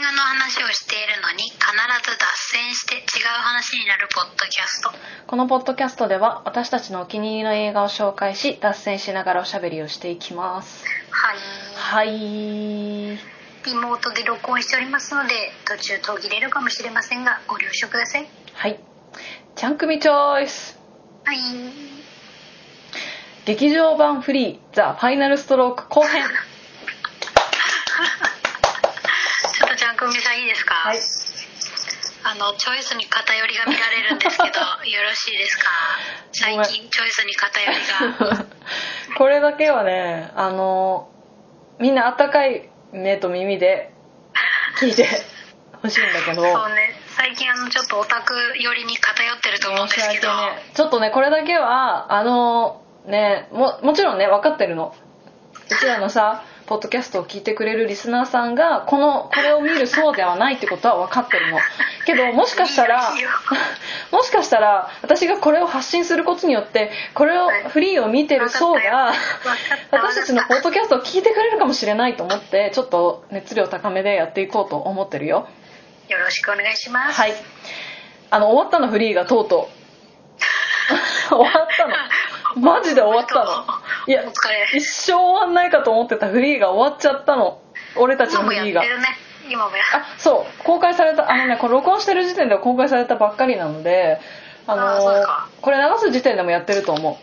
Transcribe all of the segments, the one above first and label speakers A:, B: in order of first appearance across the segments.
A: 画の話をしているのに必ず脱線して違う話になるポッドキャスト
B: このポッドキャストでは私たちのお気に入りの映画を紹介し脱線しながらおしゃべりをしていきます
A: はい
B: はい
A: リモートで録音しておりますので途中途切れるかもしれませんがご了承ください
B: はいちゃん組チョイス
A: はい
B: 劇場版フリーザ・ファイナルストローク後編
A: ちょっとジャンクミさんいいですか
B: はい
A: あのチョイスに偏りが見られるんです けどよろしいですか最近チョイスに偏りが
B: これだけはねあのみんなあったかい目と耳で聞いてほしいんだけど
A: そうね最近あのちょっとオタク寄りに偏ってると思うんですけど
B: ねちょっとねこれだけはあのねももちろんね分かってるのうちらのさポッドキャストを聞いてくれるリスナーさんがこのこれを見るそうではないってことは分かってるのけどもしかしたら
A: いいよ
B: もしかしたら私がこれを発信することによってこれをフリーを見てる層が
A: わかった
B: 私たちのポッドキャストを聞いてくれるかもしれないと思ってちょっと熱量高めでやっていこうと思ってるよ
A: よろしくお願いします
B: はいあの終わったのフリーがとうと う終わったのマジで終わったのいや
A: お疲れ
B: 一生終わんないかと思ってたフリーが終わっちゃったの俺たちの
A: 今も
B: フ
A: やっ
B: リ
A: て
B: ーが
A: るね今もや
B: あそう公開されたあのねこれ録音してる時点では公開されたばっかりなのであの
A: あーそうか
B: これ流す時点でもやってると思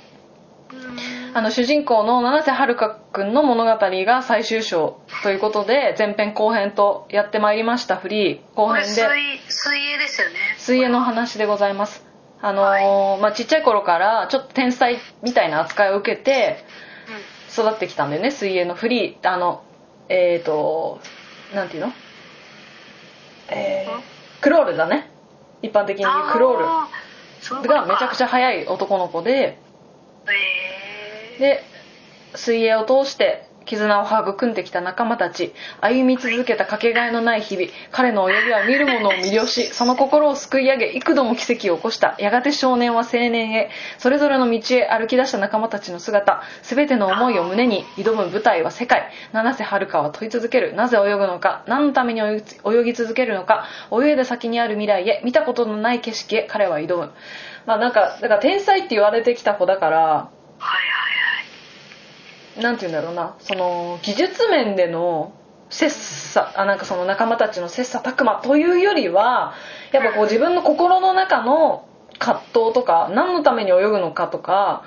B: う
A: うーん
B: あの主人公の七瀬はるかくんの物語が最終章ということで前編後編とやってまいりましたフリー後
A: これ
B: 編
A: 水
B: で
A: 水泳ですよね
B: 水泳の話でございますあのーまあ、ちっちゃい頃からちょっと天才みたいな扱いを受けて
A: う
B: 育ってきたんだよね水泳のフリーあのえっ、ー、となんていうのえー
A: ん
B: クロールだね一般的に言うクロールがめちゃくち
A: ゃ
B: ゃ速い男の子で
A: えー、
B: で水泳を通して絆を育んできた仲間たち歩み続けたかけがえのない日々彼の泳ぎは見る者を魅了しその心を救い上げ幾度も奇跡を起こしたやがて少年は青年へそれぞれの道へ歩き出した仲間たちの姿全ての思いを胸に挑む舞台は世界七瀬遥は問い続けるなぜ泳ぐのか何のために泳ぎつ泳ぎ続けるのか泳いで先にある未来へ見たことのない景色へ彼は挑むまあなんかだから天才って言われてきた子だから
A: はい
B: なんて言うんだろうなその技術面での切磋あなんかその仲間たちの切磋琢磨というよりはやっぱこう自分の心の中の葛藤とか何のために泳ぐのかとか
A: は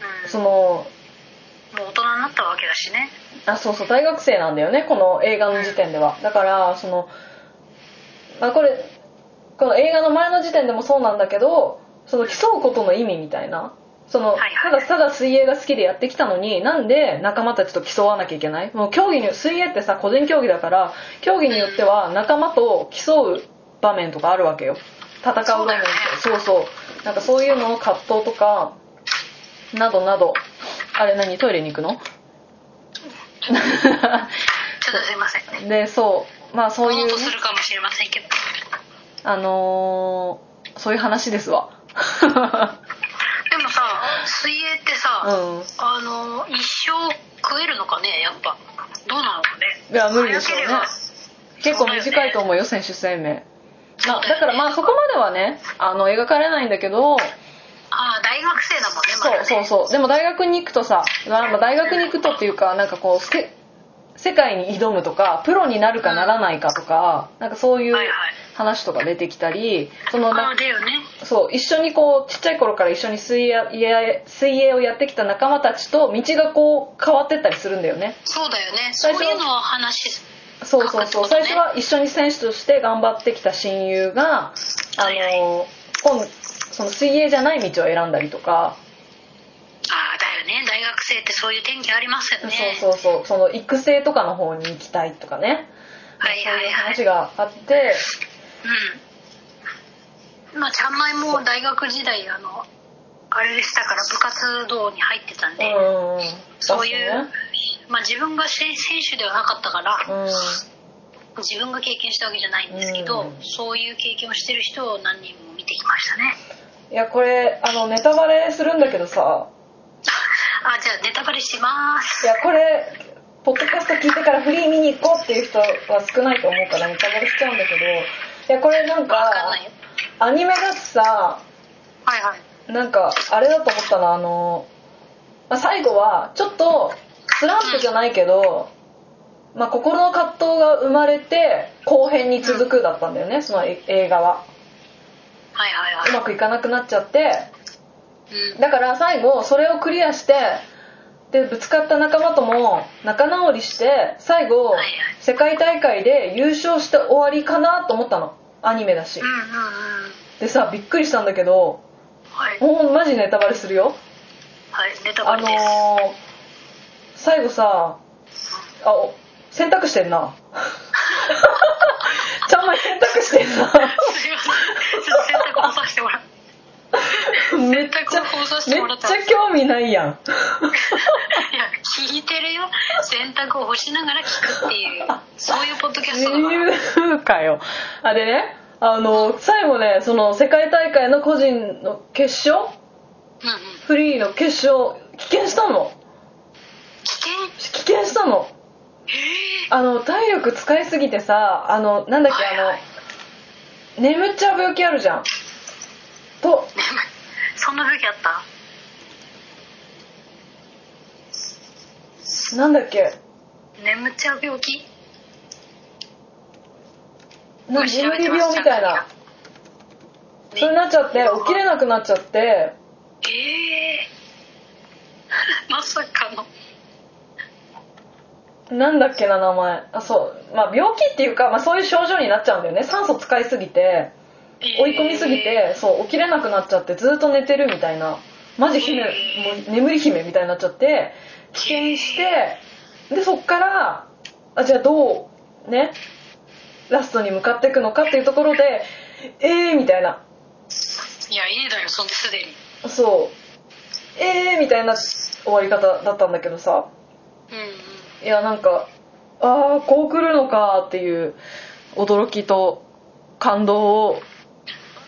A: いはい、うん、
B: その
A: もう大人になったわけだしね
B: あそうそう大学生なんだよねこの映画の時点ではだからその、まあ、これこの映画の前の時点でもそうなんだけどその競うことの意味みたいなその
A: はいはい
B: ただただ水泳が好きでやってきたのになんで仲間たちと競わなきゃいけないもう競技に水泳ってさ個人競技だから競技によっては仲間と競う場面とかあるわけよ戦う場面そう,、そうそうなんかそういうのの葛藤とかなどなどあれ何トイレに行くの
A: ちょっとすいませんね
B: でそうまあそうい
A: ぼ
B: う、ね
A: ーっとするかもしれませんけど
B: あのーそういう話ですわ
A: でもさ水泳ってさ、
B: うん
A: あの一生食えるのかねやっぱどうなのかね
B: いや無理でしょう
A: 早
B: ね
A: ければ
B: 結構短いと思うよ選手生命、まあ、
A: そうよね
B: だからまあそこまではねあの描かれないんだけど
A: ああ大学生だもんねま
B: そ
A: だ
B: うそうそうでも大学に行くとさ、まあ、まあ大学に行くとっていうかなんかこうすけ世界に挑むとかプロになるかならないかとかなんかそういう
A: はいはい
B: 話とか出てきたりその
A: あ
B: な
A: あだよね
B: そう一緒にこうちっちゃい頃から一緒に水泳水泳をやってきた仲間たちと道がこう変わってったりするんだよね
A: そうだよねそ
B: 最
A: う
B: 初
A: いうのを話し
B: そうそうそう、
A: 各地
B: 最
A: 元ね
B: 初は一緒に選手として頑張ってきた親友があ
A: はいは
B: の今その水泳じゃない道を選んだりとか、
A: ああだよね大学生ってそういう天気ありますよね
B: そうそうそうその育成とかの方に行きたいとかね、
A: はいはいはい
B: そういう話があって
A: うんまあちゃんまいも大学時代あのあれでしたから部活動に入ってたん
B: う
A: で、
B: ん、
A: そういう、
B: だしね
A: まあ自分が選選手ではなかったから、
B: うん
A: 自分が経験したわけじゃないんですけど、
B: うん
A: そういう経験をしてる人を何人も見てきましたね
B: いやこれあのネタバレするんだけどさ
A: あじゃあネタバレしま
B: い
A: す
B: やこれポッドキャスト聞いてからフリー見に行こうっていう人は少ないと思うからネタバレしちゃうんだけどいやこれなんか
A: わかんないよ
B: アニメだしさ
A: はいはい
B: なんかあれだと思ったのあの、まあ、最後はちょっとスランプじゃないけど、まあ、心の葛藤が生まれて後編に続くだったんだよねそのえ映画は
A: はいはいうはい
B: まくいかなくなっちゃって
A: うん
B: だから最後それをクリアしてでぶつかった仲間とも仲直りして最
A: い
B: 後
A: はい
B: 世界大会で優勝して終わりかなと思ったのアニメだし
A: うんうんうん
B: でさびっくりしたんだけど
A: はい
B: もうマジネタバレするよ
A: はいネタバ
B: あ
A: レ
B: の
A: です、
B: ー、最後さあお洗濯してんな ちゃんまい洗濯してん
A: すいませんちょっと洗濯干させてもらう
B: なめっちゃ
A: 洗濯を放送しても
B: め
A: ら
B: っ
A: っ
B: ち
A: た
B: ゃ
A: んです
B: 興味ないやん
A: いや聞いてるよ洗濯を干しながら聞くっていうそういうポッドキャストだから
B: 自由かよあれねあの最後ねその世界大会の個人の決勝
A: うんうん
B: フリーの決勝棄権したの
A: 危険
B: 棄権したのあの体力使いすぎてさあのなんだっけあ
A: はいは
B: の
A: い
B: 眠っちゃう病気あるじゃんと
A: そんな時あった
B: なんだっけ
A: 眠っちゃう病気
B: な
A: うん
B: 眠
A: 調べ
B: り
A: てます
B: 病みたいなそれになっちゃって起きれなくなっちゃって
A: ええ まさかの
B: なんだっけな名前あそうまあ病気っていうか、まあ、そういう症状になっちゃうんだよね酸素使いすぎて追い込みすぎて、そう起きれなくなっちゃってずっと寝てるみたいなマジ姫、
A: え
B: もう眠り姫みたいになっちゃって
A: 危
B: 棄権してでそっからあじゃあどうねラストに向かっていくのかっていうところでえーみたいない
A: やいいだよそんですでに
B: そうえーみたいな終わり方だったんだけどさ
A: うんうん
B: いやなんかああこう来るのかっていう驚きと感動を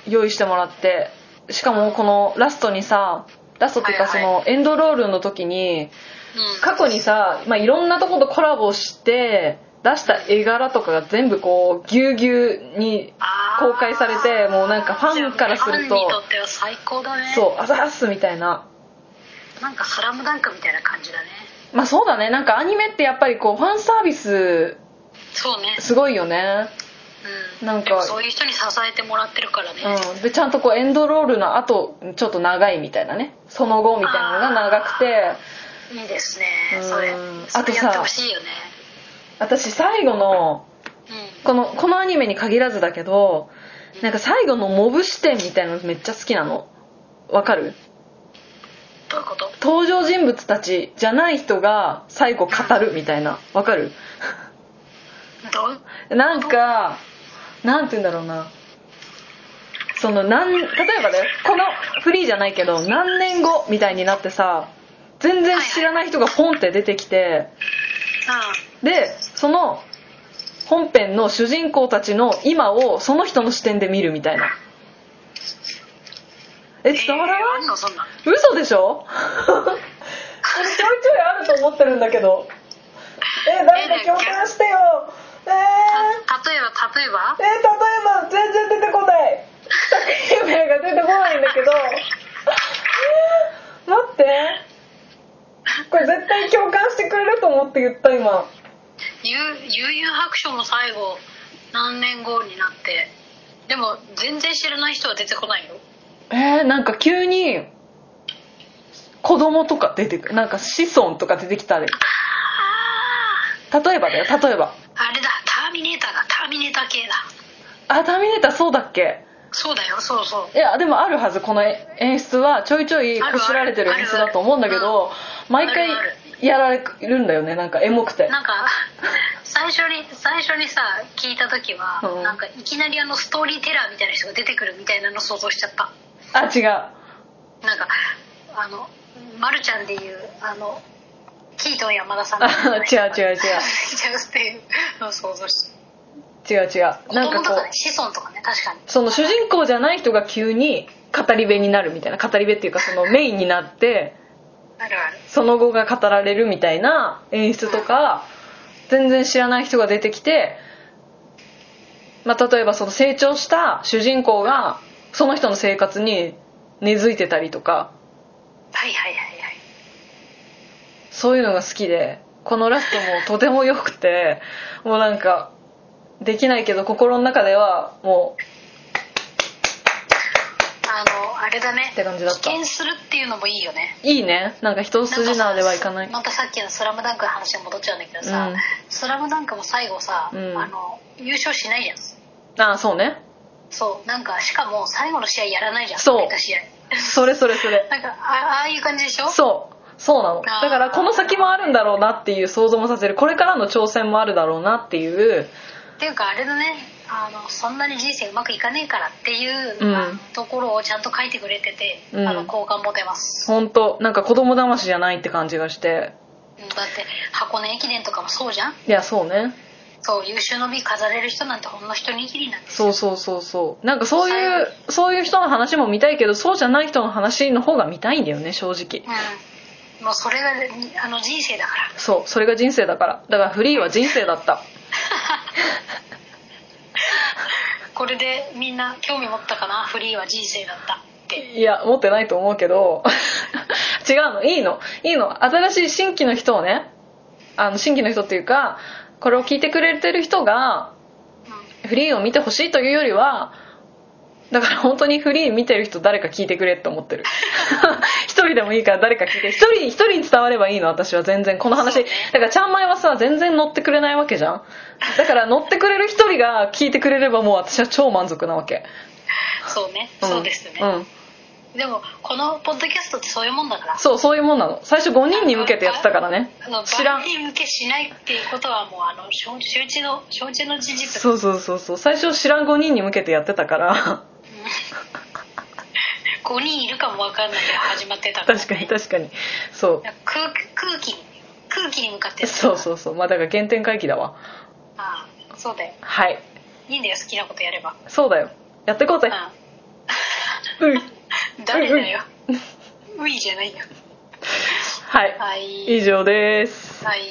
B: 用意してもらってしかもこのラストにさラストっていうか
A: は
B: そ
A: いは
B: のエンドロールの時に
A: うん
B: 過去にさ、まあ、いろんなとことコラボして出した絵柄とかが全部こうぎゅうぎゅうに
A: あー
B: 公開されてもうなんかファンからする
A: ファ
B: と
A: ンにとっては最高だね
B: そうあざっすみたいな
A: なんかスラムダンクみたいな感じだね
B: まあそうだねなんかアニメってやっぱりこうファンサービス
A: そうね
B: すごいよね
A: うん
B: なんか
A: でもそういう人に支えてもらってるからね、
B: うん、でちゃんとこうエンドロールの後ちょっと長いみたいなねその後みたいなのが長くて
A: いいですね
B: うん
A: それ
B: あ
A: そ
B: と
A: れ
B: さ
A: やってほしいよね
B: 私最後の
A: うん
B: このこのアニメに限らずだけどなんか最後のモブ視点みたいなのめっちゃ好きなのわかる
A: どういうこと
B: 登場人物たちじゃない人が最後語るみたいなわかる
A: どう
B: なんかなんて言うんだろうなそのなん例えばねこのフリーじゃないけど何年後みたいになってさ全然知らない人がポンって出てきて
A: う
B: でその本編の主人公たちの今をその人の視点で見るみたいなえ
A: ん
B: 伝わら
A: えーあ
B: ない
A: んのそんな
B: 嘘でしょ これちょいちょいあると思ってるんだけどえ誰か共感してよえー、
A: た例えば例えば
B: えー、例えば全然出てこない夢が出てこないんだけど えー待ってこれ絶対共感してくれると思って言った今
A: 悠悠々白書も最後何年後になってでも全然知らない人は出てこないよ
B: えー、なんか急に子供とか出てくるなんか子孫とか出てきたり
A: あ
B: 例えばだよ例えば
A: ああれだターミネーターだターミネーター系だ
B: あターミネーターそうだっけ
A: そうだよそうそう
B: いやでもあるはずこのえ演出はちょいちょいこしられてる演出だと思うんだけど毎回
A: あるある
B: やられるんだよねなんかエモくて
A: なんか最初に最初にさ聞いた時は、
B: うん
A: なんかいきなりあのストーリーテラーみたいな人が出てくるみたいなの想像しちゃった
B: あ違う
A: なんかあの、ま、るちゃんでいうあのキートン山田さん
B: あ
A: みたいな
B: 違 う違う違う
A: ちゃうっていうのを想像し
B: 違う違う
A: 子
B: なん
A: 供
B: か
A: と
B: こ
A: か
B: う
A: ね子孫とかね確かに
B: その主人公じゃない人が急に語り部になるみたいな語り部っていうかそのメインになって
A: あるある
B: その後が語られるみたいな演出とか全然知らない人が出てきて、まあ、例えばその成長した主人公がその人の生活に根付いてたりとか
A: はいはいはいはい
B: そういうのが好きでこのラストもとても良くてもうなんかできないけど心の中ではも
A: あのあれだね
B: って感じだった
A: 棄権するっていうのもいいよね
B: ういいねなんか一筋縄ではいかない
A: んかさまたさっきの「スラムダンクの話に戻っちゃうんだけどさ「
B: うん
A: スラムダンクも最後さ、
B: うん
A: あの優勝しないじゃん
B: ああそうね
A: そうなんかしかも最後の試合やらないじゃん
B: そう
A: なんか試合
B: それそれそれ
A: なんかあああいう感じでしょ
B: そうそうなのだからこの先もあるんだろうなっていう想像もさせるこれからの挑戦もあるだろうなっていう
A: っていうかあれだねあのそんなに人生うまくいかねえからっていう、
B: うん
A: あのところをちゃんと書いてくれてて、
B: うん
A: あの好感持てます、
B: 本当なんか子供騙しじゃないって感じがして
A: うんだって箱根駅伝とかもそうじゃん
B: いやそうね
A: そう優秀の美飾れる人なんてほんの一握りなんです
B: そうそうそうそうなんかそういうそういう人の話も見たいけどそうじゃない人の話の方が見たいんだよね正直
A: うんもうそれがにあの人生だから
B: そうそれが人生だからだからフリーは人生だった
A: これでみんな興味持ったかなフリーは人生だったって
B: いや持ってないと思うけど 違うのいいのいいの新しい新規の人をねあの新規の人っていうかこれを聞いてくれてる人が
A: う
B: フリーを見てほしいというよりはだから本当にフリー見てる人誰か聞いてくれって思ってる 一人でもいいから誰か聞いて一人一人に伝わればいいの私は全然この
A: そう
B: 話
A: ね
B: だからちゃんまいはさ全然乗ってくれないわけじゃんだから乗ってくれる一人が聞いてくれればもう私は超満足なわけ、
A: んそうね、
B: ん
A: そうですね、
B: うん
A: でもこのポッドキャストってそういうもんだから
B: そうそういうもんなの最初5人に向けてやってたからね
A: あの
B: 知らん
A: 万人受けしないっていうことはもうあの承承知の承知の事実
B: そうそうそうそう最初知らん5人に向けてやってたから
A: 5人いるかも分かんないけど始まってたから
B: 確かに確かにそ
A: 空気空気に空気に向かって
B: う
A: やってた
B: そうそうそうまあだから原点回帰だわ
A: ああそうだよ
B: はい
A: いいんだよ好きなことやれば
B: そうだよやってこうぜ
A: う
B: うん
A: ん誰だよういじゃないよ
B: はい
A: はい
B: 以上です
A: はい